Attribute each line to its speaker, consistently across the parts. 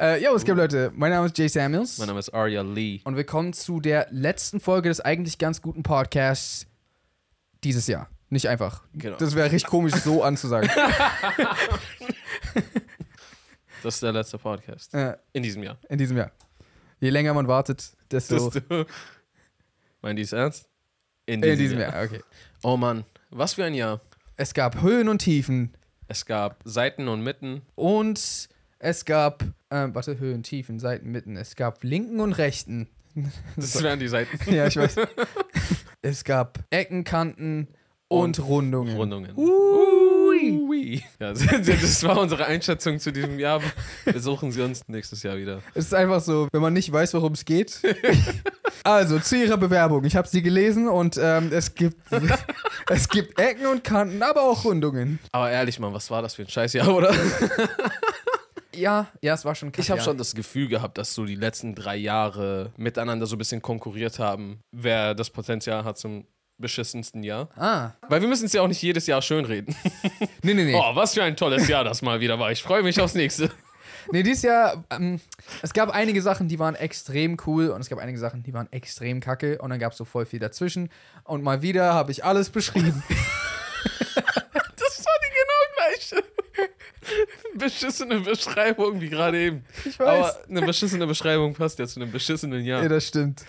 Speaker 1: Äh, yo, was geht, Leute? Mein Name ist Jay Samuels.
Speaker 2: Mein Name ist Arya Lee.
Speaker 1: und willkommen zu der letzten Folge des eigentlich ganz guten Podcasts dieses Jahr. Nicht einfach.
Speaker 2: Genau.
Speaker 1: Das wäre richtig komisch, so anzusagen.
Speaker 2: Das ist der letzte Podcast
Speaker 1: äh,
Speaker 2: in diesem Jahr.
Speaker 1: in diesem Jahr. Je länger man wartet, desto.
Speaker 2: du. Meint ihr es ernst? In
Speaker 1: in diesem Jahr. okay.
Speaker 2: Oh Mann, was für ein Jahr.
Speaker 1: Es gab Höhen und Tiefen
Speaker 2: Es gab Seiten und Mitten.
Speaker 1: und es gab. Ähm, warte, Höhen, Tiefen, Seiten, Mitten. Es gab linken und rechten.
Speaker 2: Das wären die Seiten.
Speaker 1: ja, ich weiß. es gab Ecken, Kanten und, Rundungen.
Speaker 2: Rundungen.
Speaker 1: Ui.
Speaker 2: Ui. Ja, das war unsere Einschätzung zu diesem Jahr. Besuchen Sie uns nächstes Jahr wieder.
Speaker 1: Es ist einfach so, wenn man nicht weiß, worum es geht. also, zu ihrer Bewerbung. Ich habe sie gelesen und ähm, es, gibt, es gibt Ecken und Kanten, aber auch Rundungen.
Speaker 2: Aber ehrlich, Mann, was war das für ein Scheißjahr, oder?
Speaker 1: Ja, ja, es war schon
Speaker 2: Ich habe
Speaker 1: ja.
Speaker 2: schon das Gefühl gehabt, dass so die letzten drei Jahre miteinander so ein bisschen konkurriert haben, wer das Potenzial hat zum beschissensten Jahr.
Speaker 1: Ah,
Speaker 2: Weil wir müssen es ja auch nicht jedes Jahr schönreden.
Speaker 1: nee, nee, nee.
Speaker 2: Oh, was für ein tolles Jahr das mal wieder war. Ich freue mich aufs nächste.
Speaker 1: Nee, dieses Jahr, ähm, es gab einige Sachen, die waren extrem cool und es gab einige Sachen, die waren extrem kacke und dann gab es so voll viel dazwischen. Und mal wieder habe ich alles beschrieben.
Speaker 2: Das war die genau gleiche. Beschissene Beschreibung wie gerade eben.
Speaker 1: Ich
Speaker 2: Aber eine beschissene Beschreibung passt ja zu einem beschissenen
Speaker 1: Ja,
Speaker 2: Jahr.
Speaker 1: das stimmt.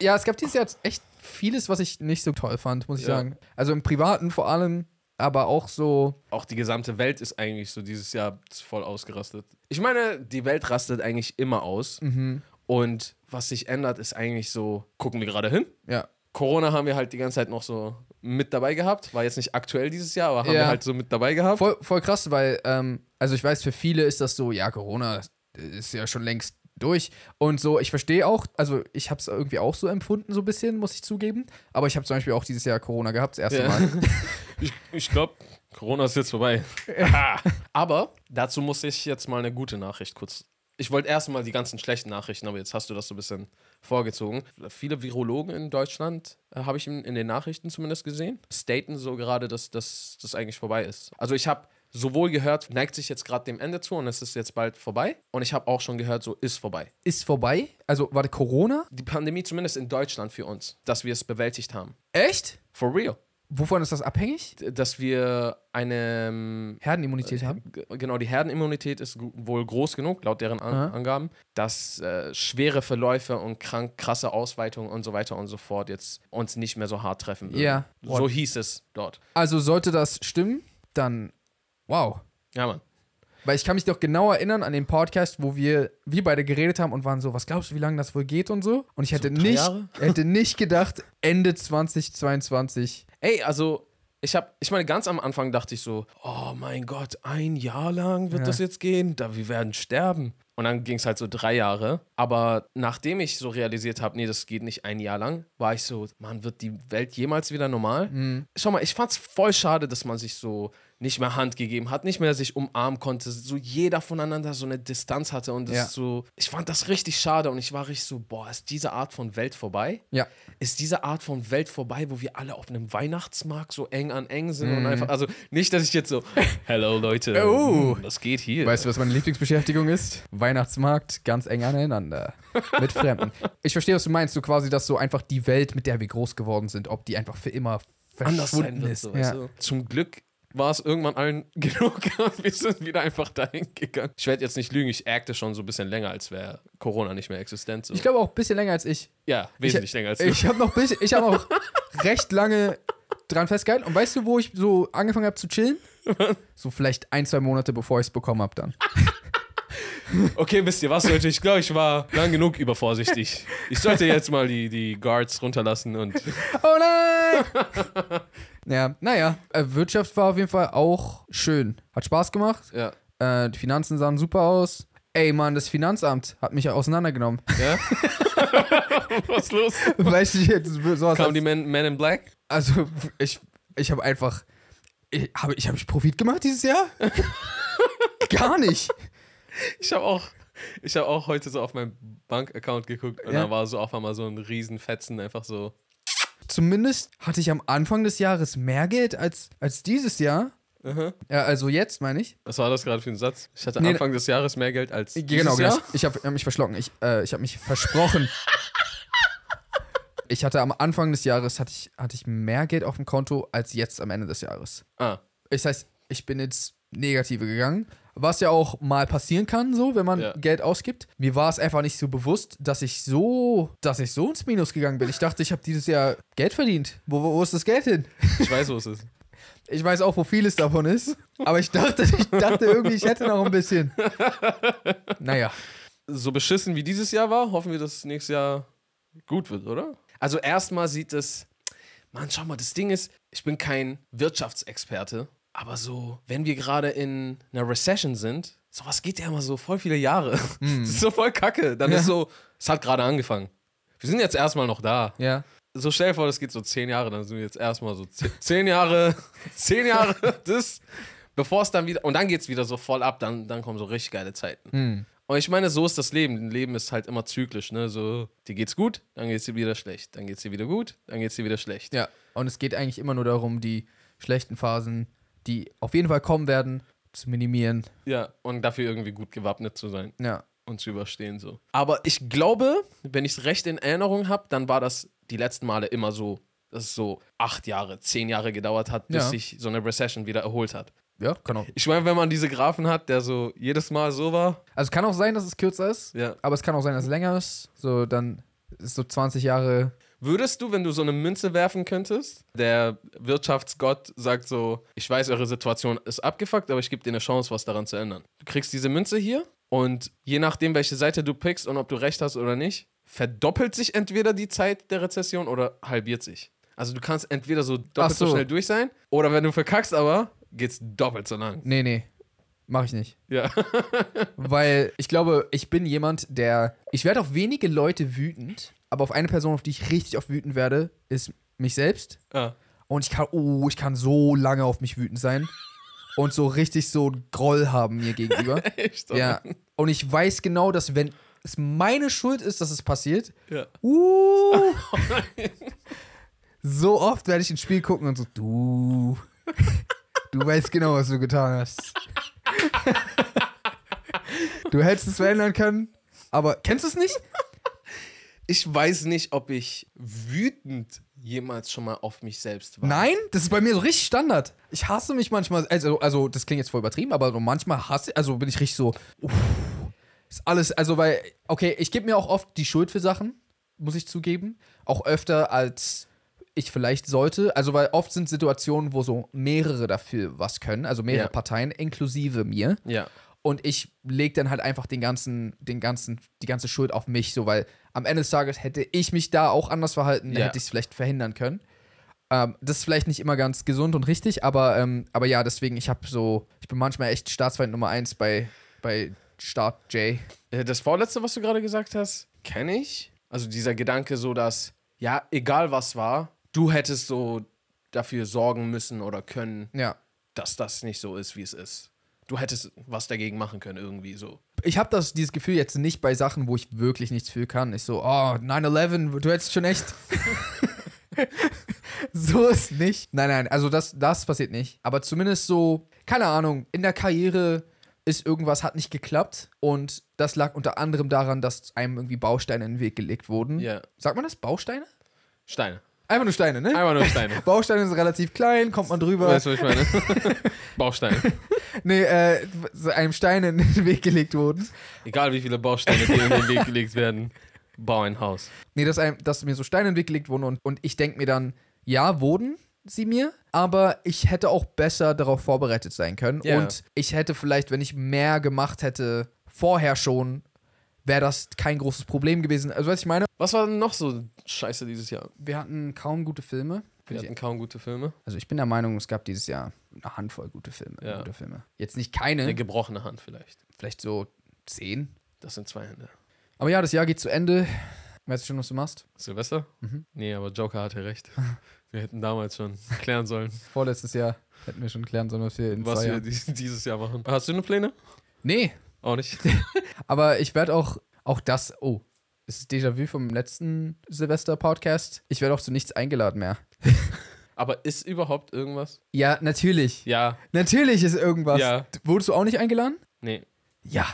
Speaker 1: ja, es gab dieses Jahr echt vieles, was ich nicht so toll fand, muss ich
Speaker 2: Ja.
Speaker 1: sagen. Also im Privaten vor allem, aber auch so.
Speaker 2: Auch die gesamte Welt ist eigentlich so dieses Jahr voll ausgerastet. Ich meine, die Welt rastet eigentlich immer aus.
Speaker 1: Mhm.
Speaker 2: Und was sich ändert, ist eigentlich so, gucken wir gerade hin.
Speaker 1: Ja.
Speaker 2: Corona haben wir halt die ganze Zeit noch so mit dabei gehabt. War jetzt nicht aktuell dieses Jahr, aber haben
Speaker 1: Ja.
Speaker 2: wir halt so mit dabei gehabt.
Speaker 1: Voll, voll krass, weil, ähm, also ich weiß, für viele ist das so, ja, Corona ist ja schon längst durch und so, ich verstehe auch, also ich habe es irgendwie auch so empfunden, so ein bisschen, muss ich zugeben, aber ich habe zum Beispiel auch dieses Jahr Corona gehabt, das erste
Speaker 2: Ja.
Speaker 1: Mal.
Speaker 2: Ich, ich glaube, Corona ist jetzt vorbei. aber dazu muss ich jetzt mal eine gute Nachricht kurz. Ich wollte erstmal die ganzen schlechten Nachrichten, aber jetzt hast du das so ein bisschen vorgezogen. Viele Virologen in Deutschland, äh, habe ich in, in den Nachrichten zumindest gesehen, staten so gerade, dass dass das eigentlich vorbei ist. Also ich habe sowohl gehört, neigt sich jetzt gerade dem Ende zu und es ist jetzt bald vorbei. Und ich habe auch schon gehört, so ist vorbei.
Speaker 1: Ist vorbei, also warte, Corona?
Speaker 2: Die Pandemie zumindest in Deutschland für uns, dass wir es bewältigt haben.
Speaker 1: Echt?
Speaker 2: For real.
Speaker 1: Wovon ist das abhängig?
Speaker 2: D- Dass wir eine ähm,
Speaker 1: Herdenimmunität haben?
Speaker 2: G- Genau, die Herdenimmunität ist gu- wohl groß genug, laut deren An
Speaker 1: Aha.
Speaker 2: Angaben, dass äh, schwere Verläufe und krank, krasse Ausweitungen und so weiter und so fort jetzt uns nicht mehr so hart treffen würden.
Speaker 1: Ja.
Speaker 2: So hieß es dort.
Speaker 1: Also sollte das stimmen, dann wow.
Speaker 2: Ja, Mann.
Speaker 1: Weil ich kann mich doch genau erinnern an den Podcast, wo wir, wir beide geredet haben und waren so, was glaubst du, wie lange das wohl geht und so? Und ich hätte,
Speaker 2: drei
Speaker 1: nicht,
Speaker 2: Jahre?
Speaker 1: hätte nicht gedacht, Ende 2022.
Speaker 2: Ey, also ich habe, ich meine, ganz am Anfang dachte ich so, oh mein Gott, ein Jahr lang wird
Speaker 1: Ja.
Speaker 2: das jetzt gehen, da wir werden sterben. Und dann ging es halt so drei Jahre. Aber nachdem ich so realisiert habe, nee, das geht nicht ein Jahr lang, war ich so, man, wird die Welt jemals wieder normal?
Speaker 1: Mhm.
Speaker 2: Schau mal, ich fand's voll schade, dass man sich so nicht mehr Hand gegeben hat, nicht mehr sich umarmen konnte, so jeder voneinander so eine Distanz hatte und das
Speaker 1: Ja.
Speaker 2: so, ich fand das richtig schade und ich war richtig so, boah, ist diese Art von Welt vorbei?
Speaker 1: Ja.
Speaker 2: ist diese Art von Welt vorbei, wo wir alle auf einem Weihnachtsmarkt so eng an eng sind und einfach, also nicht, dass ich jetzt so, hello Leute,
Speaker 1: Oh.
Speaker 2: hm, was geht hier?
Speaker 1: Weißt du, was meine Lieblingsbeschäftigung ist? Weihnachtsmarkt, ganz eng aneinander. Mit Fremden. Ich verstehe, was du meinst. So quasi, dass so einfach die Welt, mit der wir groß geworden sind, ob die einfach für immer
Speaker 2: anders
Speaker 1: verschwunden
Speaker 2: sein wird,
Speaker 1: ist.
Speaker 2: so, weißt
Speaker 1: ja.
Speaker 2: du? Zum Glück war es irgendwann allen genug und wir sind wieder einfach dahin gegangen. Ich werde jetzt nicht lügen, ich acte schon so ein bisschen länger, als wäre Corona nicht mehr existent. So.
Speaker 1: Ich glaube auch ein bisschen länger als ich.
Speaker 2: ja, wesentlich länger als ich.
Speaker 1: Ich habe noch, bisschen- ich hab noch recht lange dran festgehalten. Und weißt du, wo ich so angefangen habe zu chillen? So vielleicht ein, zwei Monate, bevor ich es bekommen habe dann.
Speaker 2: Okay, wisst ihr was, Leute? Ich glaube, ich war lang genug übervorsichtig. Ich sollte jetzt mal die, die Guards runterlassen und
Speaker 1: Oh nein! ja, naja. Äh, Wirtschaft war auf jeden Fall auch schön. Hat Spaß gemacht.
Speaker 2: ja.
Speaker 1: Äh, die Finanzen sahen super aus. Ey, Mann, das Finanzamt hat mich ja auseinandergenommen.
Speaker 2: ja? was ist los?
Speaker 1: weißt du, jetzt sowas.
Speaker 2: Kamen die Men, Men in Black?
Speaker 1: Also, ich, ich habe einfach. Ich habe ich, hab ich Profit gemacht dieses Jahr? Gar nicht.
Speaker 2: Ich habe auch, ich habe auch heute so auf meinen Bank-Account geguckt und
Speaker 1: Ja.
Speaker 2: da war so auf einmal so ein Riesenfetzen einfach so.
Speaker 1: Zumindest hatte ich am Anfang des Jahres mehr Geld als, als dieses Jahr. Ja, also jetzt meine ich.
Speaker 2: Was war das gerade für ein Satz? Ich hatte
Speaker 1: Nee,
Speaker 2: Anfang des Jahres mehr Geld als
Speaker 1: Genau,
Speaker 2: dieses Jahr.
Speaker 1: genau. Ich habe äh, mich verschlocken. Ich, äh, ich habe mich versprochen. ich hatte am Anfang des Jahres hatte ich, hatte ich mehr Geld auf dem Konto als jetzt am Ende des Jahres.
Speaker 2: Ah,
Speaker 1: Das heißt, ich bin ins Negative gegangen. Was ja auch mal passieren kann, so, wenn man
Speaker 2: Ja.
Speaker 1: Geld ausgibt. Mir war es einfach nicht so bewusst, dass ich so, dass ich so ins Minus gegangen bin. Ich dachte, ich habe dieses Jahr Geld verdient. Wo, wo, wo ist das Geld hin?
Speaker 2: ich weiß, wo es ist.
Speaker 1: Ich weiß auch, wo vieles davon ist. Aber ich dachte, ich dachte irgendwie, ich hätte noch ein bisschen. Naja.
Speaker 2: so beschissen wie dieses Jahr war, hoffen wir, dass es nächstes Jahr gut wird, oder? Also erstmal sieht es, Mann, schau mal, das Ding ist, ich bin kein Wirtschaftsexperte, aber so, wenn wir gerade in einer Recession sind, sowas geht ja immer so voll viele Jahre. Das ist so voll Kacke. Dann
Speaker 1: Ja.
Speaker 2: ist so, es hat gerade angefangen. Wir sind jetzt erstmal noch da.
Speaker 1: Ja.
Speaker 2: So stell dir vor, das geht so zehn Jahre, dann sind wir jetzt erstmal so zehn, zehn Jahre, zehn Jahre, das, bevor es dann wieder, und dann geht's wieder so voll ab, dann, dann kommen so richtig geile Zeiten. Und ich meine, so ist das Leben. Leben ist halt immer zyklisch, ne? So, dir geht's gut, dann geht's dir wieder schlecht, dann geht's dir wieder gut, dann geht's dir wieder schlecht.
Speaker 1: Ja, und es geht eigentlich immer nur darum, die schlechten Phasen, die auf jeden Fall kommen werden, zu minimieren.
Speaker 2: Ja, und dafür irgendwie gut gewappnet zu sein
Speaker 1: Ja.
Speaker 2: und zu überstehen so. Aber ich glaube, wenn ich es recht in Erinnerung habe, dann war das die letzten Male immer so, dass es so acht Jahre, zehn Jahre gedauert hat, bis
Speaker 1: Ja.
Speaker 2: sich so eine Recession wieder erholt hat.
Speaker 1: Ja, kann auch.
Speaker 2: Ich meine, wenn man diese Graphen hat, der so jedes Mal so war,
Speaker 1: Also kann auch sein, dass es kürzer ist,
Speaker 2: Ja.
Speaker 1: aber es kann auch sein, dass es länger ist. So, dann ist so 20 Jahre.
Speaker 2: würdest du, wenn du so eine Münze werfen könntest, der Wirtschaftsgott sagt so, ich weiß, eure Situation ist abgefuckt, aber ich gebe dir eine Chance, was daran zu ändern. Du kriegst diese Münze hier und je nachdem, welche Seite du pickst und ob du recht hast oder nicht, verdoppelt sich entweder die Zeit der Rezession oder halbiert sich. Also du kannst entweder so doppelt so.
Speaker 1: so.
Speaker 2: schnell durch sein oder wenn du verkackst, aber geht's doppelt so lang.
Speaker 1: Nee, nee. Mach ich nicht.
Speaker 2: Ja.
Speaker 1: Weil ich glaube, ich bin jemand, der. Ich werde auf wenige Leute wütend, aber auf eine Person, auf die ich richtig oft wütend werde, ist mich selbst.
Speaker 2: ah.
Speaker 1: Und ich kann, oh, ich kann so lange auf mich wütend sein und so richtig so einen Groll haben mir gegenüber.
Speaker 2: Echt?
Speaker 1: Ja. Und ich weiß genau, dass wenn es meine Schuld ist, dass es passiert,
Speaker 2: ja.
Speaker 1: uh, so oft werde ich ins Spiel gucken und so, du, du weißt genau, was du getan hast. du hättest es verändern können, aber kennst du es nicht?
Speaker 2: Ich weiß nicht, ob ich wütend jemals schon mal auf mich selbst war.
Speaker 1: Nein, das ist bei mir so richtig Standard. Ich hasse mich manchmal, also, also das klingt jetzt voll übertrieben, aber so manchmal hasse, also bin ich richtig so, uff, ist alles, also weil, okay, ich gebe mir auch oft die Schuld für Sachen, muss ich zugeben, auch öfter als ich vielleicht sollte, also weil oft sind Situationen, wo so mehrere dafür was können, also mehrere
Speaker 2: Ja.
Speaker 1: Parteien inklusive mir
Speaker 2: Ja.
Speaker 1: und ich lege dann halt einfach den ganzen, den ganzen, die ganze Schuld auf mich, so weil am Ende des Tages hätte ich mich da auch anders verhalten, dann
Speaker 2: Ja.
Speaker 1: hätte ich es vielleicht verhindern können. Ähm, das ist vielleicht nicht immer ganz gesund und richtig, aber, ähm, aber ja, deswegen, ich habe so, ich bin manchmal echt Staatsfeind Nummer 1 bei, bei Start J.
Speaker 2: Äh, Das vorletzte, was du gerade gesagt hast, kenne ich. Also dieser Gedanke so, dass, ja, egal was war, du hättest so dafür sorgen müssen oder können,
Speaker 1: Ja.
Speaker 2: dass das nicht so ist, wie es ist. Du hättest was dagegen machen können, irgendwie so.
Speaker 1: Ich habe das, dieses Gefühl jetzt nicht bei Sachen, wo ich wirklich nichts für kann. Ich so, oh, 9-11, du hättest schon echt. so ist nicht. Nein, nein, also das, das passiert nicht. Aber zumindest so, keine Ahnung, in der Karriere ist irgendwas, hat nicht geklappt. Und das lag unter anderem daran, dass einem irgendwie Bausteine in den Weg gelegt wurden.
Speaker 2: Ja.
Speaker 1: Sagt man das? Bausteine?
Speaker 2: Steine.
Speaker 1: Einfach nur Steine, ne?
Speaker 2: Einfach nur Steine.
Speaker 1: Bausteine sind relativ klein, kommt man drüber.
Speaker 2: weißt du, was ich meine? Bausteine.
Speaker 1: Nee, äh, so einem Stein in den Weg gelegt wurden.
Speaker 2: Egal wie viele Bausteine dir in den Weg gelegt werden, bau ein Haus.
Speaker 1: Nee, dass, einem, dass mir so Steine in den Weg gelegt wurden und, und ich denke mir dann, ja, wurden sie mir, aber ich hätte auch besser darauf vorbereitet sein können.
Speaker 2: Ja.
Speaker 1: Und ich hätte vielleicht, wenn ich mehr gemacht hätte, vorher schon, wäre das kein großes Problem gewesen. Also, was ich meine,
Speaker 2: Was war denn noch so scheiße dieses Jahr?
Speaker 1: wir hatten kaum gute Filme.
Speaker 2: Wir hatten kaum gute Filme.
Speaker 1: Also, ich bin der Meinung, es gab dieses Jahr eine Handvoll gute Filme.
Speaker 2: Ja.
Speaker 1: Gute Filme. Jetzt nicht
Speaker 2: Eine
Speaker 1: keine,
Speaker 2: gebrochene Hand vielleicht.
Speaker 1: vielleicht so zehn.
Speaker 2: Das sind zwei Hände.
Speaker 1: Aber ja, das Jahr geht zu Ende. Weißt du schon, was du machst?
Speaker 2: Silvester?
Speaker 1: Mhm.
Speaker 2: Nee, aber Joker hatte recht. Wir hätten damals schon klären sollen,
Speaker 1: Vorletztes Jahr hätten wir schon klären sollen, was wir in
Speaker 2: was
Speaker 1: zwei
Speaker 2: wir
Speaker 1: Jahren...
Speaker 2: dies- dieses Jahr machen. Hast du eine Pläne?
Speaker 1: Nee,
Speaker 2: Auch nicht.
Speaker 1: Aber ich werde auch, auch das, oh, es ist Déjà-vu vom letzten Silvester-Podcast. Ich werde auch zu nichts eingeladen mehr.
Speaker 2: Aber ist überhaupt irgendwas?
Speaker 1: Ja, natürlich.
Speaker 2: Ja,
Speaker 1: Natürlich ist irgendwas.
Speaker 2: Ja.
Speaker 1: D- Wurdest du auch nicht eingeladen?
Speaker 2: nee.
Speaker 1: Ja.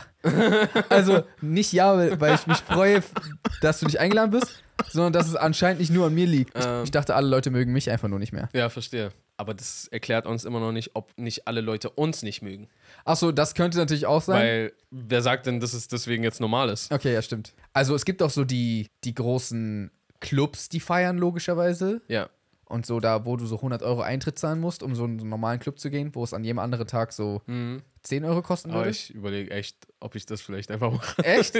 Speaker 1: also nicht ja, weil- weil ich mich freue, f- dass du nicht eingeladen bist, sondern dass es anscheinend nicht nur an mir liegt. Ich,
Speaker 2: Ähm.
Speaker 1: ich dachte, alle Leute mögen mich einfach nur nicht mehr.
Speaker 2: Ja, verstehe. Aber das erklärt uns immer noch nicht, ob nicht alle Leute uns nicht mögen.
Speaker 1: Achso, das könnte natürlich auch sein.
Speaker 2: Weil wer sagt denn, dass es deswegen jetzt normal ist?
Speaker 1: okay, ja, stimmt. Also es gibt auch so die, die großen Clubs, die feiern logischerweise.
Speaker 2: Ja.
Speaker 1: Und so da, wo du so 100 Euro Eintritt zahlen musst, um so einen so einen normalen Club zu gehen, wo es an jedem anderen Tag so
Speaker 2: Mhm.
Speaker 1: 10 Euro kosten
Speaker 2: Aber
Speaker 1: würde.
Speaker 2: ich überlege echt, ob ich das vielleicht einfach mache.
Speaker 1: Echt?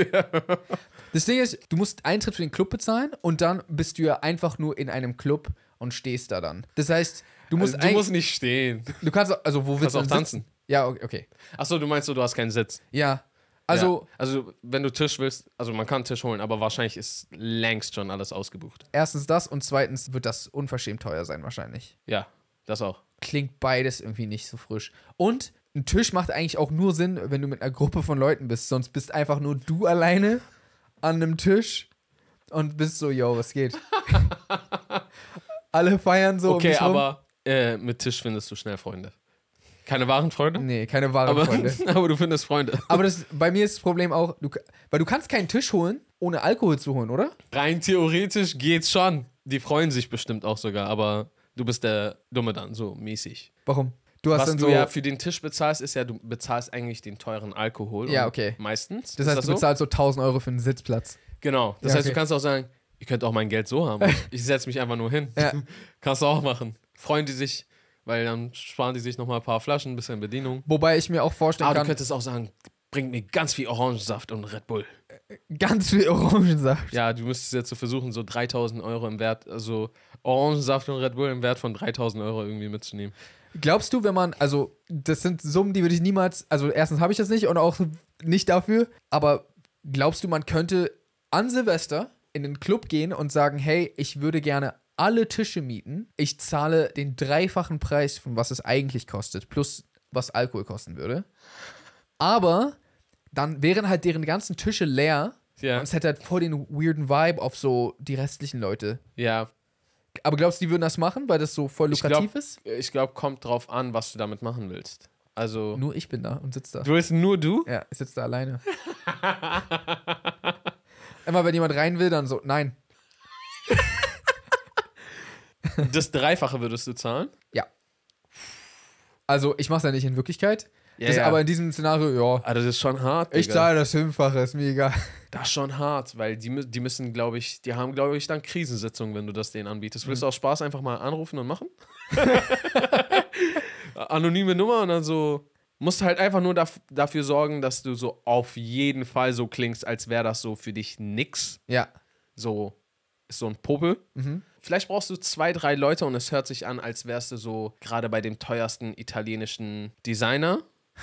Speaker 1: Das Ding ist, du musst Eintritt für den Club bezahlen und dann bist du ja einfach nur in einem Club und stehst da dann. Das heißt, du musst
Speaker 2: Also, du
Speaker 1: eigentlich-
Speaker 2: musst nicht stehen.
Speaker 1: Du kannst, auch- also wo willst
Speaker 2: Kannst
Speaker 1: du
Speaker 2: auch
Speaker 1: denn
Speaker 2: tanzen.
Speaker 1: sitzen? Ja, okay, okay.
Speaker 2: Achso, du meinst so, du hast keinen Sitz.
Speaker 1: Ja, also
Speaker 2: ja. also wenn du Tisch willst, also man kann einen Tisch holen, aber wahrscheinlich ist längst schon alles ausgebucht.
Speaker 1: erstens das und zweitens wird das unverschämt teuer sein wahrscheinlich.
Speaker 2: Ja, das auch.
Speaker 1: Klingt beides irgendwie nicht so frisch. Und ein Tisch macht eigentlich auch nur Sinn, wenn du mit einer Gruppe von Leuten bist. Sonst bist einfach nur du alleine an einem Tisch und bist so, yo, was geht? Alle feiern so. um
Speaker 2: Okay,
Speaker 1: dich rum.
Speaker 2: aber äh, mit Tisch findest du schnell Freunde. Keine wahren Freunde?
Speaker 1: Nee, keine wahren
Speaker 2: aber,
Speaker 1: Freunde.
Speaker 2: aber du findest Freunde.
Speaker 1: Aber das, bei mir ist das Problem auch, du, weil du kannst keinen Tisch holen, ohne Alkohol zu holen, oder?
Speaker 2: Rein theoretisch geht's schon. Die freuen sich bestimmt auch sogar, aber du bist der Dumme dann, so mäßig.
Speaker 1: Warum? Du hast
Speaker 2: Was
Speaker 1: dann
Speaker 2: du
Speaker 1: so,
Speaker 2: ja für den Tisch bezahlst, ist ja, du bezahlst eigentlich den teuren Alkohol.
Speaker 1: Ja,
Speaker 2: und
Speaker 1: okay.
Speaker 2: Meistens.
Speaker 1: das
Speaker 2: Ist
Speaker 1: heißt, du
Speaker 2: so?
Speaker 1: bezahlst so 1000 Euro für einen Sitzplatz.
Speaker 2: Genau. Das
Speaker 1: Ja,
Speaker 2: heißt, du
Speaker 1: okay.
Speaker 2: kannst auch sagen, ihr könnt auch mein Geld so haben. Ich setze mich einfach nur hin.
Speaker 1: Ja.
Speaker 2: Kannst du auch machen. Freuen die sich, weil dann sparen die sich nochmal ein paar Flaschen, ein bisschen Bedienung.
Speaker 1: Wobei ich mir auch vorstellen
Speaker 2: Aber Ah,
Speaker 1: kann,
Speaker 2: du könntest auch sagen, bringt mir ganz viel Orangensaft und Red Bull.
Speaker 1: ganz viel Orangensaft.
Speaker 2: Ja, du müsstest jetzt so versuchen, so 3000 Euro im Wert, also Orangensaft und Red Bull im Wert von 3000 Euro irgendwie mitzunehmen.
Speaker 1: Glaubst du, wenn man, also das sind Summen, die würde ich niemals, also erstens habe ich das nicht und auch nicht dafür, aber glaubst du, man könnte an Silvester in den Club gehen und sagen, hey, ich würde gerne alle Tische mieten, ich zahle den dreifachen Preis von was es eigentlich kostet, plus was Alkohol kosten würde. Aber dann wären halt deren ganzen Tische leer
Speaker 2: Ja,
Speaker 1: und es hätte halt voll den weirden Vibe auf so die restlichen Leute.
Speaker 2: ja.
Speaker 1: Aber glaubst du, die würden das machen, weil das so voll
Speaker 2: Ich glaub-
Speaker 1: lukrativ ist?
Speaker 2: ich glaube, kommt drauf an, was du damit machen willst. Also,
Speaker 1: Nur ich bin da und sitze da.
Speaker 2: du willst nur du?
Speaker 1: Ja, ich sitze da alleine. Immer wenn jemand rein will, dann so, nein.
Speaker 2: Das Dreifache würdest du zahlen?
Speaker 1: Also ich mach's ja nicht in Wirklichkeit.
Speaker 2: Ja,
Speaker 1: das,
Speaker 2: ja.
Speaker 1: Aber in diesem Szenario, ja.
Speaker 2: Alter, das ist schon hart.
Speaker 1: Ich zahle das Fünffache, ist mir egal.
Speaker 2: Das ist schon hart, weil die, mü- die müssen, glaube ich, die haben, glaube ich, dann Krisensitzungen, wenn du das denen anbietest. Willst du aus Spaß einfach mal anrufen und machen? Anonyme Nummer und dann so. Musst halt einfach nur daf dafür sorgen, dass du so auf jeden Fall so klingst, als wäre das so für dich nix.
Speaker 1: Ja.
Speaker 2: So ist so ein Popel.
Speaker 1: Mhm.
Speaker 2: Vielleicht brauchst du zwei, drei Leute und es hört sich an, als wärst du so gerade bei dem teuersten italienischen Designer.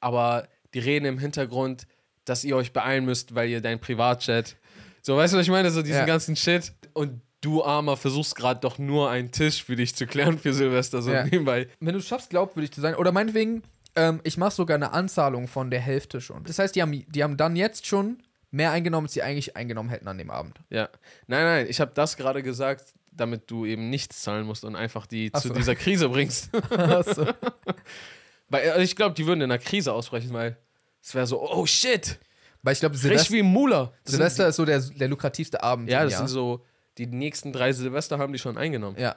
Speaker 2: Aber die reden im Hintergrund, dass ihr euch beeilen müsst, weil ihr dein Privatchat. So, weißt du, was ich meine? So diesen
Speaker 1: Ja.
Speaker 2: ganzen Shit. Und du, Armer, versuchst gerade doch nur einen Tisch für dich zu klären für Silvester, so
Speaker 1: Ja.
Speaker 2: nebenbei.
Speaker 1: Wenn du es schaffst, glaubwürdig zu sein. Oder meinetwegen, ähm, ich mache sogar eine Anzahlung von der Hälfte schon. Das heißt, die haben, die haben dann jetzt schon mehr eingenommen, als sie eigentlich eingenommen hätten an dem Abend.
Speaker 2: Ja. Nein, nein, ich habe das gerade gesagt, damit du eben nichts zahlen musst und einfach die
Speaker 1: Ach
Speaker 2: zu
Speaker 1: so.
Speaker 2: dieser Krise bringst.
Speaker 1: Also,
Speaker 2: weil also ich glaube, die würden in einer Krise ausbrechen, weil es wäre so, oh shit,
Speaker 1: Weil ich glaube,
Speaker 2: recht
Speaker 1: Silvest
Speaker 2: wie Mula. Das sind
Speaker 1: Silvester ist so der, der lukrativste Abend.
Speaker 2: Ja,
Speaker 1: im
Speaker 2: das
Speaker 1: Jahr.
Speaker 2: sind so, die nächsten drei Silvester haben die schon eingenommen.
Speaker 1: Ja.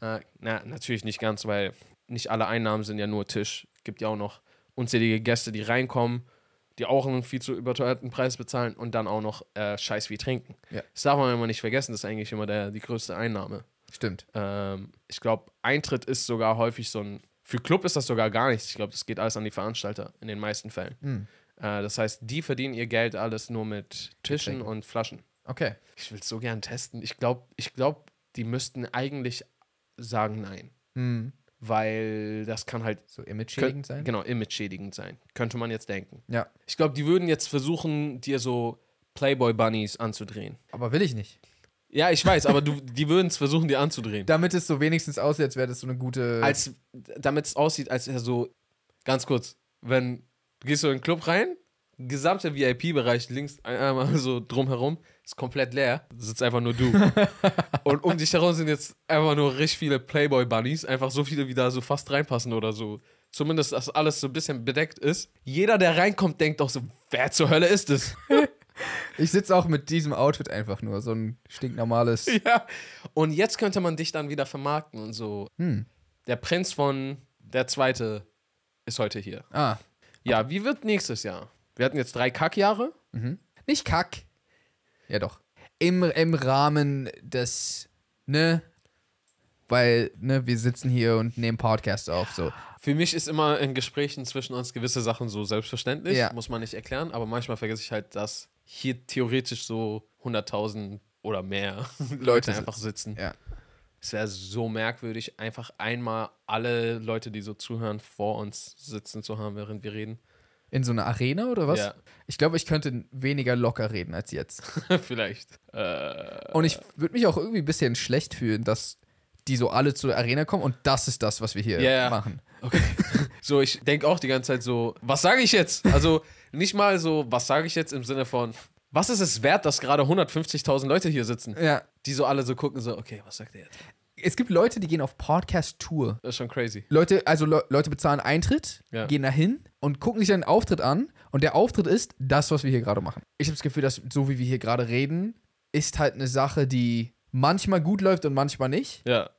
Speaker 2: Na, na, natürlich nicht ganz, weil nicht alle Einnahmen sind ja nur Tisch. Gibt ja auch noch unzählige Gäste, die reinkommen, die auch einen viel zu überteuerten Preis bezahlen und dann auch noch äh, scheiß wie trinken.
Speaker 1: Ja.
Speaker 2: Das darf man immer nicht vergessen, das ist eigentlich immer der, die größte Einnahme.
Speaker 1: Stimmt.
Speaker 2: Ähm, ich glaube, Eintritt ist sogar häufig so ein. Für Club ist das sogar gar nichts. Ich glaube, das geht alles an die Veranstalter in den meisten Fällen.
Speaker 1: Hm.
Speaker 2: Äh, das heißt, die verdienen ihr Geld alles nur mit Tischen
Speaker 1: Getränken.
Speaker 2: und Flaschen.
Speaker 1: Okay.
Speaker 2: Ich will es so gern testen. Ich glaube, ich glaub, die müssten eigentlich sagen nein.
Speaker 1: Hm.
Speaker 2: Weil das kann halt
Speaker 1: So image-schädigend sein.
Speaker 2: genau image-schädigend sein. Könnte man jetzt denken.
Speaker 1: Ja.
Speaker 2: Ich glaube, die würden jetzt versuchen, dir so Playboy-Bunnies anzudrehen.
Speaker 1: Aber will ich nicht.
Speaker 2: Ja, ich weiß, aber du, die würden es versuchen, dir anzudrehen.
Speaker 1: Damit es so wenigstens aussieht, als wäre das so eine gute.
Speaker 2: Als damit es aussieht, als er so, ganz kurz, wenn du gehst so in den Club rein, gesamter VIP-Bereich links einmal so drumherum, ist komplett leer, sitzt einfach nur du. und um dich herum sind jetzt einfach nur richtig viele Playboy-Bunnies, einfach so viele, wie da so fast reinpassen oder so. Zumindest, dass alles so ein bisschen bedeckt ist. Jeder, der reinkommt, denkt doch so, wer zur Hölle ist es?
Speaker 1: Ich sitze auch mit diesem Outfit einfach nur, so ein stinknormales.
Speaker 2: ja. Und jetzt könnte man dich dann wieder vermarkten und so.
Speaker 1: Hm.
Speaker 2: Der Prinz von der Zweite ist heute hier.
Speaker 1: Ah,
Speaker 2: Ja, wie wird nächstes Jahr? Wir hatten jetzt drei Kackjahre.
Speaker 1: nicht kack. Ja, doch. Im, im Rahmen des, ne? Weil, ne, wir sitzen hier und nehmen Podcasts auf, so.
Speaker 2: Für mich ist immer in Gesprächen zwischen uns gewisse Sachen so selbstverständlich,
Speaker 1: Ja.
Speaker 2: muss man nicht erklären, aber manchmal vergesse ich halt, dass hier theoretisch so 100.000 oder mehr Leute
Speaker 1: Leute
Speaker 2: einfach sitzen.
Speaker 1: Ja.
Speaker 2: Es wäre so merkwürdig, einfach einmal alle Leute, die so zuhören, vor uns sitzen zu haben, während wir reden.
Speaker 1: In so einer Arena oder was?
Speaker 2: Ja.
Speaker 1: Ich glaube, ich könnte weniger locker reden als jetzt.
Speaker 2: Vielleicht. Äh,
Speaker 1: Und ich würde mich auch irgendwie ein bisschen schlecht fühlen, dass die so alle zur Arena kommen und das ist das, was wir hier
Speaker 2: Ja, ja.
Speaker 1: machen.
Speaker 2: okay. so, ich denke auch die ganze Zeit so, was sage ich jetzt? Also nicht mal so, was sage ich jetzt im Sinne von, was ist es wert, dass gerade 150.000 Leute hier sitzen?
Speaker 1: Ja.
Speaker 2: Die so alle so gucken, so, okay, was sagt er jetzt?
Speaker 1: Es gibt Leute, die gehen auf Podcast-Tour.
Speaker 2: Das ist schon crazy.
Speaker 1: Leute, also Le Leute bezahlen Eintritt,
Speaker 2: Ja.
Speaker 1: gehen dahin und gucken sich einen Auftritt an. Und der Auftritt ist das, was wir hier gerade machen. Ich habe das Gefühl, dass so wie wir hier gerade reden, ist halt eine Sache, die manchmal gut läuft und manchmal nicht.
Speaker 2: Ja.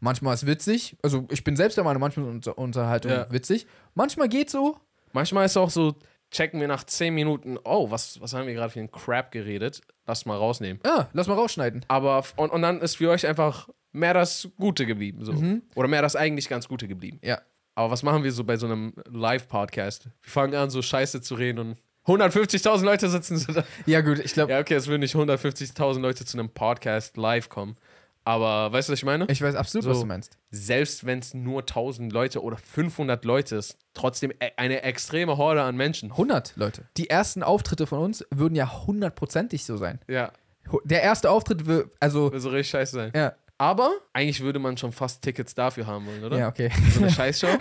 Speaker 1: Manchmal ist witzig. Also ich bin selbst der Meinung, manchmal ist Unter Unterhaltung
Speaker 2: Ja.
Speaker 1: witzig. Manchmal geht so.
Speaker 2: Manchmal ist auch so, checken wir nach 10 Minuten, oh, was, was haben wir gerade für einen Crap geredet? Lass mal rausnehmen.
Speaker 1: Ah, lass mal rausschneiden.
Speaker 2: Aber, f- und, und dann ist für euch einfach mehr das Gute geblieben. So. Oder mehr das eigentlich ganz Gute geblieben.
Speaker 1: Ja.
Speaker 2: Aber was machen wir so bei so einem Live-Podcast? Wir fangen an, so scheiße zu reden und 150.000 Leute sitzen so da.
Speaker 1: Ja gut, ich glaube,
Speaker 2: Ja, okay, es würden nicht 150.000 Leute zu einem Podcast live kommen. Aber weißt du, was ich meine?
Speaker 1: ich weiß absolut,
Speaker 2: So.
Speaker 1: was du meinst.
Speaker 2: selbst wenn es nur 1000 Leute oder 500 Leute ist, trotzdem e- eine extreme Horde an Menschen.
Speaker 1: 100 Leute. Die ersten Auftritte von uns würden ja hundertprozentig so sein.
Speaker 2: Ja,
Speaker 1: Hu- Der erste Auftritt, wür- also,
Speaker 2: würde so richtig scheiße sein.
Speaker 1: ja.
Speaker 2: Aber eigentlich würde man schon fast Tickets dafür haben wollen, oder?
Speaker 1: Ja, okay.
Speaker 2: So eine Scheißshow.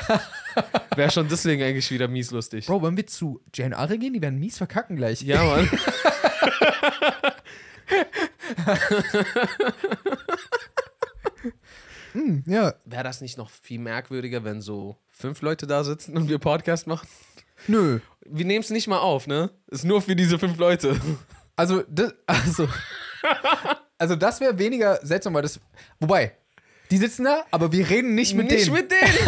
Speaker 2: Wäre schon deswegen eigentlich wieder mies lustig.
Speaker 1: Bro, wenn wir zu Jane Are gehen, die werden mies verkacken gleich.
Speaker 2: Ja, Mann.
Speaker 1: Ja.
Speaker 2: Wäre das nicht noch viel merkwürdiger, wenn so fünf Leute da sitzen und wir Podcast machen?
Speaker 1: Nö.
Speaker 2: Wir nehmen es nicht mal auf, ne? Ist nur für diese fünf Leute.
Speaker 1: Also, das, also, also das wäre weniger seltsam, weil das. Wobei, die sitzen da, aber wir reden nicht mit
Speaker 2: nicht
Speaker 1: denen.
Speaker 2: mit denen.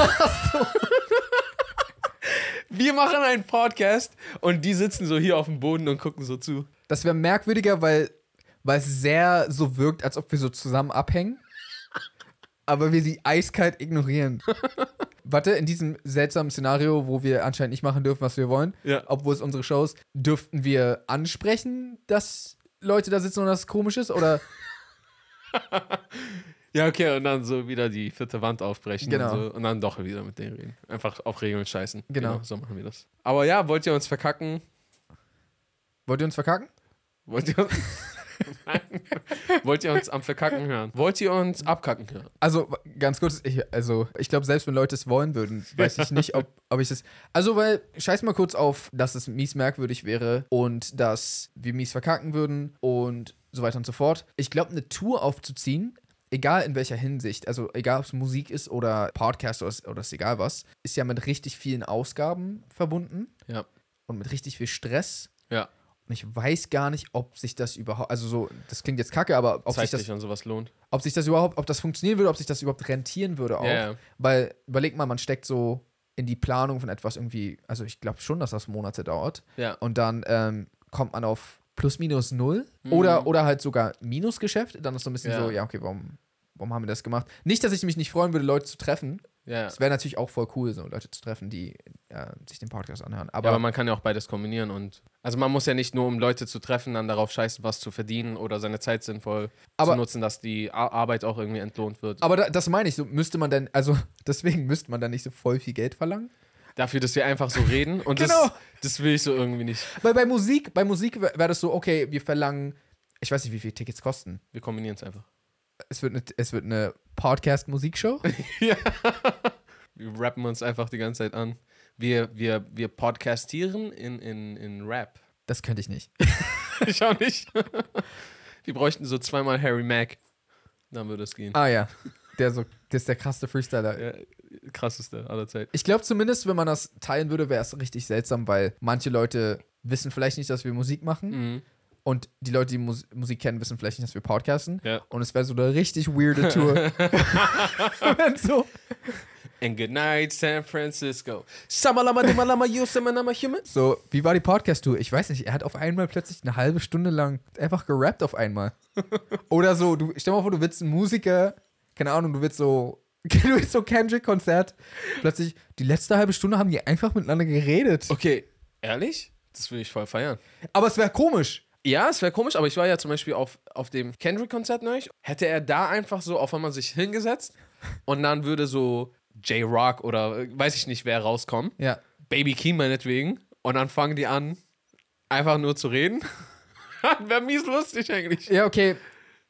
Speaker 2: Wir machen einen Podcast und die sitzen so hier auf dem Boden und gucken so zu.
Speaker 1: das wäre merkwürdiger, weil, weil es sehr so wirkt, als ob wir so zusammen abhängen. Aber wir sie eiskalt ignorieren. Warte, in diesem seltsamen Szenario, wo wir anscheinend nicht machen dürfen, was wir wollen,
Speaker 2: Ja.
Speaker 1: obwohl es unsere Show ist, dürften wir ansprechen, dass Leute da sitzen und das komisch ist? Oder
Speaker 2: Ja, okay, und dann so wieder die vierte Wand aufbrechen
Speaker 1: Genau.
Speaker 2: und, so, und dann doch wieder mit denen reden. Einfach auf Regeln scheißen.
Speaker 1: Genau.
Speaker 2: So machen wir das. Aber ja, wollt ihr uns verkacken?
Speaker 1: wollt ihr uns verkacken?
Speaker 2: Wollt ihr uns. Nein. Wollt ihr uns am Verkacken hören? Wollt ihr uns abkacken hören?
Speaker 1: Also w- ganz kurz, ich, also ich glaube, selbst wenn Leute es wollen würden, weiß ich nicht, ob, ob ich das. Also, weil, scheiß mal kurz auf, dass es mies merkwürdig wäre und dass wir mies verkacken würden und so weiter und so fort. Ich glaube, eine Tour aufzuziehen, egal in welcher Hinsicht, also egal ob es Musik ist oder Podcast oder, oder ist egal was, ist ja mit richtig vielen Ausgaben verbunden
Speaker 2: Ja.
Speaker 1: und mit richtig viel Stress.
Speaker 2: Ja.
Speaker 1: Und ich weiß gar nicht, ob sich das überhaupt, also so, das klingt jetzt kacke, aber ob sich
Speaker 2: Zeigt
Speaker 1: das
Speaker 2: sich, wenn sowas lohnt.
Speaker 1: ob sich das überhaupt, ob das funktionieren würde, ob sich das überhaupt rentieren würde auch.
Speaker 2: Ja, ja.
Speaker 1: Weil, überleg mal, man steckt so in die Planung von etwas irgendwie, also ich glaube schon, dass das Monate dauert.
Speaker 2: Ja.
Speaker 1: Und dann ähm, kommt man auf plus minus null oder, oder halt sogar Minusgeschäft. Dann ist so ein bisschen
Speaker 2: Mhm. Ja.
Speaker 1: so, ja, okay, warum, warum haben wir das gemacht? Nicht, dass ich mich nicht freuen würde, Leute zu treffen.
Speaker 2: Ja.
Speaker 1: Es wäre natürlich auch voll cool, so Leute zu treffen, die äh, sich den Podcast anhören. Aber,
Speaker 2: Ja, aber man kann ja auch beides kombinieren und also man muss ja nicht nur um Leute zu treffen, dann darauf scheißen, was zu verdienen oder seine Zeit sinnvoll
Speaker 1: Aber-
Speaker 2: zu nutzen, dass die Ar- Arbeit auch irgendwie entlohnt wird.
Speaker 1: aber da, das meine ich, so müsste man dann, also deswegen müsste man dann nicht so voll viel Geld verlangen.
Speaker 2: Dafür, dass wir einfach so reden und das,
Speaker 1: Genau.
Speaker 2: das will ich so irgendwie nicht.
Speaker 1: Weil bei Musik, bei Musik wäre das so, okay, wir verlangen, ich weiß nicht, wie viel Tickets kosten.
Speaker 2: Wir kombinieren es einfach.
Speaker 1: Es wird eine, es wird eine Podcast-Musikshow.
Speaker 2: Wir rappen uns einfach die ganze Zeit an. Wir, wir, wir podcastieren in, in, in Rap.
Speaker 1: Das könnte ich nicht.
Speaker 2: ich auch nicht. Die bräuchten so zweimal Harry Mack. Dann würde es gehen.
Speaker 1: Ah ja, der so, das ist der krasse Freestyler.
Speaker 2: Ja, krasseste aller Zeiten.
Speaker 1: Ich glaube zumindest, wenn man das teilen würde, wäre es richtig seltsam, weil manche Leute wissen vielleicht nicht, dass wir Musik machen. Und die Leute, die Mus Musik kennen, wissen vielleicht nicht, dass wir podcasten.
Speaker 2: Ja.
Speaker 1: Und es wäre so eine richtig weirde Tour. Wenn so.
Speaker 2: And good night, San Francisco. Samalama, dumalama, you, samanama, human.
Speaker 1: so, wie war die Podcast-Tour? Ich weiß nicht, er hat auf einmal plötzlich eine halbe Stunde lang einfach gerappt auf einmal. Oder so, du, stell mal vor, du willst ein Musiker, keine Ahnung, du willst so, du willst so Kendrick-Konzert. Plötzlich, die letzte halbe Stunde haben die einfach miteinander geredet.
Speaker 2: Okay, ehrlich? Das will ich voll feiern.
Speaker 1: Aber es wäre komisch.
Speaker 2: Ja, es wäre komisch, aber ich war ja zum Beispiel auf, auf dem Kendrick-Konzert neulich. Hätte er da einfach so auf einmal sich hingesetzt und dann würde so J-Rock oder äh, weiß ich nicht wer rauskommen.
Speaker 1: Ja.
Speaker 2: Baby Keem meinetwegen. Und dann fangen die an, einfach nur zu reden. wäre mies lustig eigentlich.
Speaker 1: Ja, okay.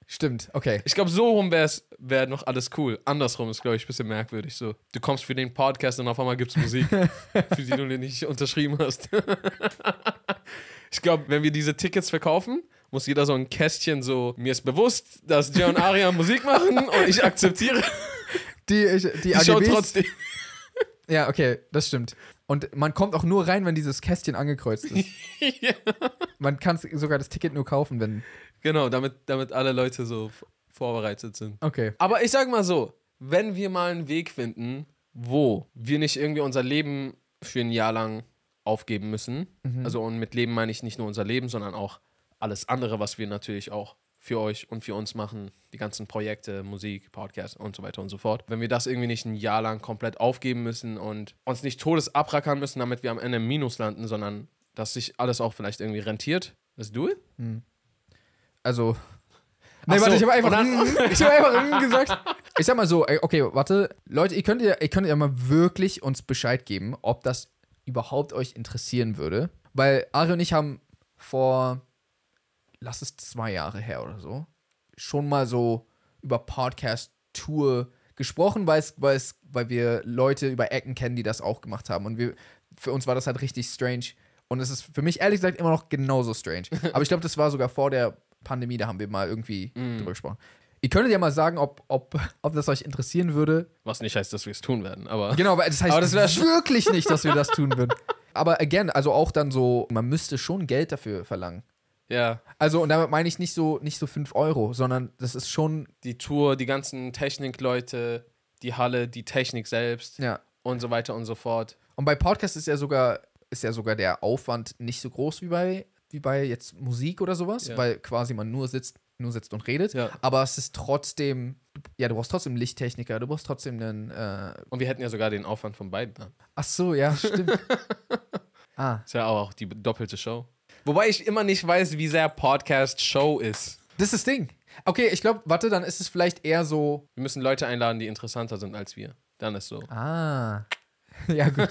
Speaker 1: Stimmt, okay.
Speaker 2: Ich glaube, so rum wäre wär noch alles cool. Andersrum ist, glaube ich, ein bisschen merkwürdig. So, du kommst für den Podcast und auf einmal gibt's Musik, für die du nicht unterschrieben hast. ich glaube, wenn wir diese Tickets verkaufen, muss jeder so ein Kästchen so, mir ist bewusst, dass Jay und Aria Musik machen und ich akzeptiere
Speaker 1: Die, ich, die
Speaker 2: die Show
Speaker 1: AGBs,
Speaker 2: trotzdem.
Speaker 1: Ja, okay, das stimmt. Und man kommt auch nur rein, wenn dieses Kästchen angekreuzt ist.
Speaker 2: Ja.
Speaker 1: Man kann sogar das Ticket nur kaufen, wenn.
Speaker 2: Genau, damit, damit alle Leute so v- vorbereitet sind.
Speaker 1: Okay.
Speaker 2: Aber ich sag mal so, wenn wir mal einen Weg finden, wo wir nicht irgendwie unser Leben für ein Jahr lang aufgeben müssen, also und mit Leben meine ich nicht nur unser Leben, sondern auch alles andere, was wir natürlich auch für euch und für uns machen, die ganzen Projekte, Musik, Podcast und so weiter und so fort. Wenn wir das irgendwie nicht ein Jahr lang komplett aufgeben müssen und uns nicht todes abrackern müssen, damit wir am Ende im Minus landen, sondern dass sich alles auch vielleicht irgendwie rentiert. Let's do it.
Speaker 1: Also. Nee,
Speaker 2: Ach
Speaker 1: warte,
Speaker 2: so,
Speaker 1: ich habe einfach,
Speaker 2: und
Speaker 1: ich hab einfach mm gesagt. Ich sag mal so, ey, okay, warte. Leute, ihr könnt ja, ihr könnt ja mal wirklich uns Bescheid geben, ob das überhaupt euch interessieren würde. Weil Ari und ich haben vor, lass es zwei Jahre her oder so, schon mal so über Podcast-Tour gesprochen, weil es, weil es, weil wir Leute über Ecken kennen, die das auch gemacht haben. Und wir, für uns war das halt richtig strange. Und es ist für mich ehrlich gesagt immer noch genauso strange. Aber ich glaube, das war sogar vor der Pandemie, da haben wir mal irgendwie
Speaker 2: Mm.
Speaker 1: drüber gesprochen. Ihr könntet ja mal sagen, ob, ob, ob das euch interessieren würde.
Speaker 2: Was nicht heißt, dass wir es tun werden, aber
Speaker 1: Genau, aber das heißt
Speaker 2: Aber das wär schon-
Speaker 1: wirklich nicht, dass wir das tun würden. Aber again, also auch dann so, man müsste schon Geld dafür verlangen.
Speaker 2: ja.
Speaker 1: Also, und damit meine ich nicht so, nicht so 5 Euro, sondern das ist schon,
Speaker 2: die Tour, die ganzen Technikleute, die Halle, die Technik selbst
Speaker 1: ja.
Speaker 2: und so weiter und so fort.
Speaker 1: Und bei Podcast ist ja sogar, ist ja sogar der Aufwand nicht so groß wie bei, wie bei jetzt Musik oder sowas,
Speaker 2: Ja.
Speaker 1: weil quasi man nur sitzt, nur sitzt und redet.
Speaker 2: Ja.
Speaker 1: Aber es ist trotzdem, ja, du brauchst trotzdem Lichttechniker, du brauchst trotzdem einen, äh,
Speaker 2: Und wir hätten ja sogar den Aufwand von beiden. ne?
Speaker 1: ach so, ja, stimmt. ah,
Speaker 2: Ist ja auch die doppelte Show. Wobei ich immer nicht weiß, wie sehr Podcast Show ist.
Speaker 1: das ist das Ding. Okay, ich glaube, warte, dann ist es vielleicht eher so,
Speaker 2: Wir müssen Leute einladen, die interessanter sind als wir. Dann ist so.
Speaker 1: Ah. Ja, gut.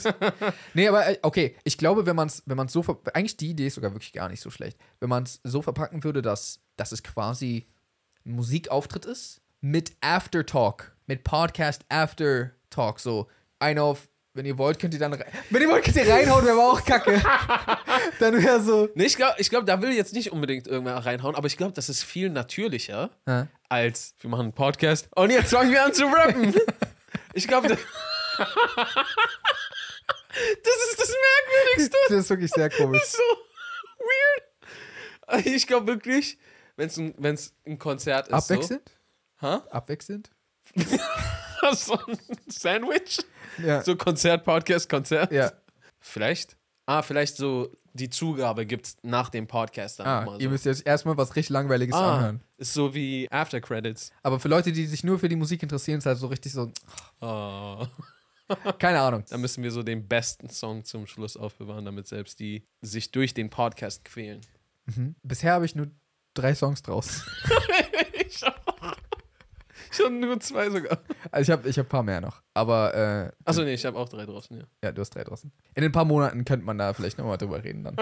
Speaker 1: nee, aber äh, okay, ich glaube, wenn man es wenn man's so ver eigentlich die Idee ist sogar wirklich gar nicht so schlecht. Wenn man es so verpacken würde, dass, dass es quasi ein Musikauftritt ist mit Aftertalk, mit Podcast Aftertalk, so ein auf wenn ihr wollt, könnt ihr dann rein- wenn ihr wollt, könnt ihr reinhauen, wäre aber auch kacke. dann wäre so
Speaker 2: Nee, ich glaube, ich glaub, da will jetzt nicht unbedingt irgendwer reinhauen, aber ich glaube, das ist viel natürlicher
Speaker 1: Ja.
Speaker 2: als wir machen einen Podcast und jetzt fangen wir an zu rappen. ich glaube, das, das ist das Merkwürdigste.
Speaker 1: das ist wirklich sehr komisch.
Speaker 2: so weird. Ich glaube wirklich, wenn es ein, wenn's ein Konzert ist.
Speaker 1: Abwechselnd?
Speaker 2: Hä?
Speaker 1: Abwechselnd?
Speaker 2: So, so ein Sandwich.
Speaker 1: Ja.
Speaker 2: So Konzert, Podcast, Konzert.
Speaker 1: ja.
Speaker 2: Vielleicht. Ah, vielleicht so die Zugabe gibt es nach dem Podcast dann
Speaker 1: Ah,
Speaker 2: nochmal.
Speaker 1: ihr
Speaker 2: So.
Speaker 1: müsst jetzt erstmal was richtig langweiliges
Speaker 2: Ah,
Speaker 1: anhören.
Speaker 2: ist so wie After Credits.
Speaker 1: Aber für Leute, die sich nur für die Musik interessieren, ist halt so richtig so, Ah.
Speaker 2: Oh.
Speaker 1: keine Ahnung.
Speaker 2: Da müssen wir so den besten Song zum Schluss aufbewahren, damit selbst die sich durch den Podcast quälen.
Speaker 1: Bisher habe ich nur drei Songs draus.
Speaker 2: ich auch. Ich habe nur zwei sogar.
Speaker 1: Also ich habe ich hab ein paar mehr noch. Aber äh,
Speaker 2: Achso, nee, ich habe auch drei draußen, ja.
Speaker 1: ja, du hast drei draußen. In ein paar Monaten könnte man da vielleicht nochmal drüber reden dann.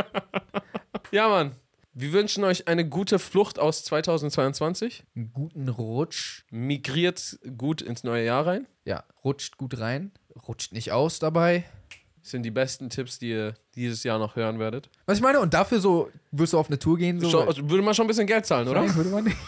Speaker 2: Ja, Mann. Wir wünschen euch eine gute Flucht aus 2022.
Speaker 1: Einen guten Rutsch.
Speaker 2: Migriert gut ins neue Jahr rein.
Speaker 1: Ja, rutscht gut rein. Rutscht nicht aus dabei.
Speaker 2: sind die besten Tipps, die ihr dieses Jahr noch hören werdet.
Speaker 1: Was ich meine, und dafür so, wirst du auf eine Tour gehen? So,
Speaker 2: Schon, also würde man schon ein bisschen Geld zahlen, oder?
Speaker 1: Nein, würde man nicht.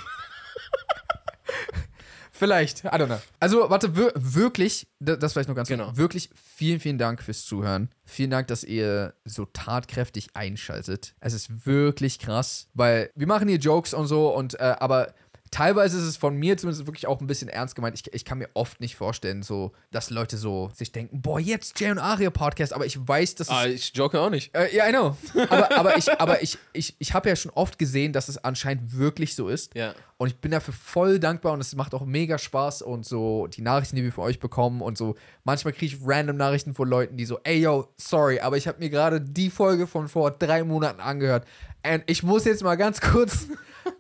Speaker 1: vielleicht, I don't know. Also, warte, wir, wirklich, da- das vielleicht nur ganz
Speaker 2: Genau.
Speaker 1: kurz, Wirklich vielen, vielen Dank fürs Zuhören. Vielen Dank, dass ihr so tatkräftig einschaltet. Es ist wirklich krass, weil wir machen hier Jokes und so, und äh, aber. Teilweise ist es von mir zumindest wirklich auch ein bisschen ernst gemeint. Ich, ich kann mir oft nicht vorstellen, so, dass Leute so sich denken, boah, jetzt Jay und Aria Podcast, aber ich weiß, dass es
Speaker 2: Ah, ich joke auch nicht.
Speaker 1: äh, Ja, I know. Aber, aber ich, aber ich, ich, ich habe ja schon oft gesehen, dass es anscheinend wirklich so ist.
Speaker 2: Ja.
Speaker 1: Und ich bin dafür voll dankbar und es macht auch mega Spaß und so die Nachrichten, die wir von euch bekommen und so. Manchmal kriege ich random Nachrichten von Leuten, die so, ey yo, sorry, aber ich habe mir gerade die Folge von vor drei Monaten angehört. Und ich muss jetzt mal ganz kurz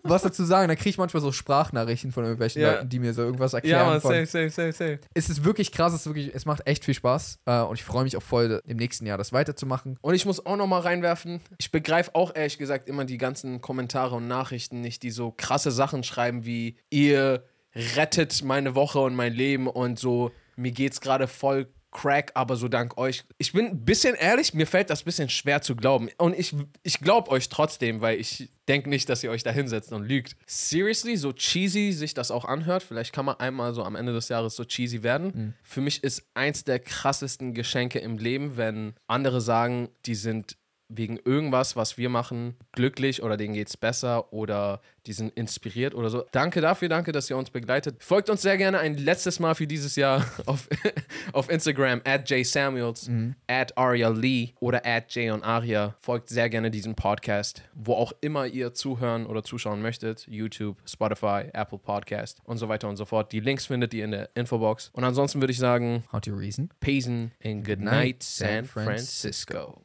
Speaker 1: was dazu sagen. Dann kriege ich manchmal so Sprachnachrichten von irgendwelchen
Speaker 2: Ja.
Speaker 1: Leuten, die mir so irgendwas erklären.
Speaker 2: Ja, Mann,
Speaker 1: von,
Speaker 2: safe, safe, safe, safe.
Speaker 1: es ist wirklich krass, es, ist wirklich, es macht echt viel Spaß äh, und ich freue mich auch voll, im nächsten Jahr das weiterzumachen.
Speaker 2: Und ich muss auch nochmal reinwerfen, ich begreife auch ehrlich gesagt immer die ganzen Kommentare und Nachrichten nicht, die so krasse Sachen schreiben wie, ihr rettet meine Woche und mein Leben und so, mir geht's gerade voll crack, aber so dank euch. Ich bin ein bisschen ehrlich, mir fällt das ein bisschen schwer zu glauben. Und ich, ich glaube euch trotzdem, weil ich denke nicht, dass ihr euch da hinsetzt und lügt. Seriously, so cheesy sich das auch anhört, vielleicht kann man einmal so am Ende des Jahres so cheesy werden. Für mich ist eins der krassesten Geschenke im Leben, wenn andere sagen, die sind wegen irgendwas, was wir machen, glücklich oder denen geht's besser oder die sind inspiriert oder so. Danke dafür, danke, dass ihr uns begleitet. Folgt uns sehr gerne ein letztes Mal für dieses Jahr auf, auf Instagram at jsamuels, at aria lee oder at jay und aria. Folgt sehr gerne diesem Podcast, wo auch immer ihr zuhören oder zuschauen möchtet. YouTube, Spotify, Apple Podcast und so weiter und so fort. Die Links findet ihr in der Infobox. Und ansonsten würde ich sagen,
Speaker 1: How to reason?
Speaker 2: Peace and
Speaker 1: night,
Speaker 2: good night, San
Speaker 1: San
Speaker 2: Francisco.